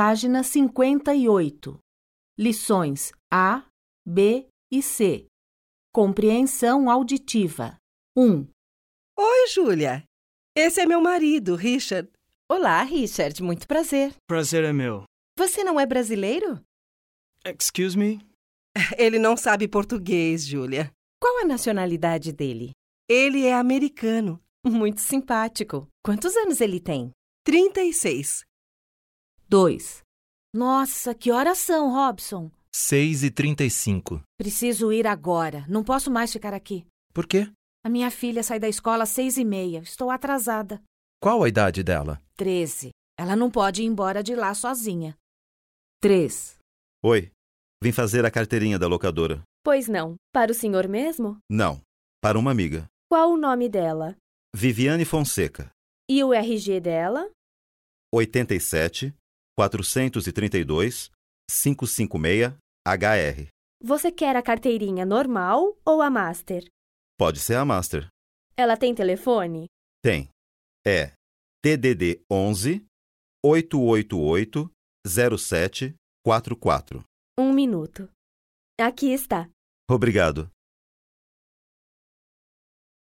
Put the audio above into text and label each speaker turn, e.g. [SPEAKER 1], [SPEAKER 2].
[SPEAKER 1] Página 58. Lições A, B e C. Compreensão auditiva. 1,
[SPEAKER 2] Oi, Júlia. Esse é meu marido, Richard.
[SPEAKER 3] Olá, Richard, muito prazer.
[SPEAKER 4] Prazer é meu.
[SPEAKER 3] Você não é brasileiro?
[SPEAKER 4] Excuse me?
[SPEAKER 2] Ele não sabe português, Júlia.
[SPEAKER 3] Qual a nacionalidade dele?
[SPEAKER 2] Ele é americano.
[SPEAKER 3] Muito simpático. Quantos anos ele tem?
[SPEAKER 2] 36.
[SPEAKER 1] 2. Nossa, que horas são, Robson?
[SPEAKER 5] 6 e 35.
[SPEAKER 1] Preciso ir agora. Não posso mais ficar aqui.
[SPEAKER 5] Por quê?
[SPEAKER 1] A minha filha sai da escola às seis e meia. Estou atrasada.
[SPEAKER 5] Qual a idade dela?
[SPEAKER 1] 13. Ela não pode ir embora de lá sozinha. 3.
[SPEAKER 6] Oi, vim fazer a carteirinha da locadora.
[SPEAKER 7] Pois não. Para o senhor mesmo?
[SPEAKER 6] Não, para uma amiga.
[SPEAKER 7] Qual o nome dela?
[SPEAKER 6] Viviane Fonseca,
[SPEAKER 7] E o RG dela?
[SPEAKER 6] 87 432 556 HR.
[SPEAKER 7] Você quer a carteirinha normal ou a master?
[SPEAKER 6] Pode ser a Master.
[SPEAKER 7] Ela tem telefone?
[SPEAKER 6] Tem. É TDD 11 888 0744.
[SPEAKER 7] Um minuto. Aqui está.
[SPEAKER 6] Obrigado.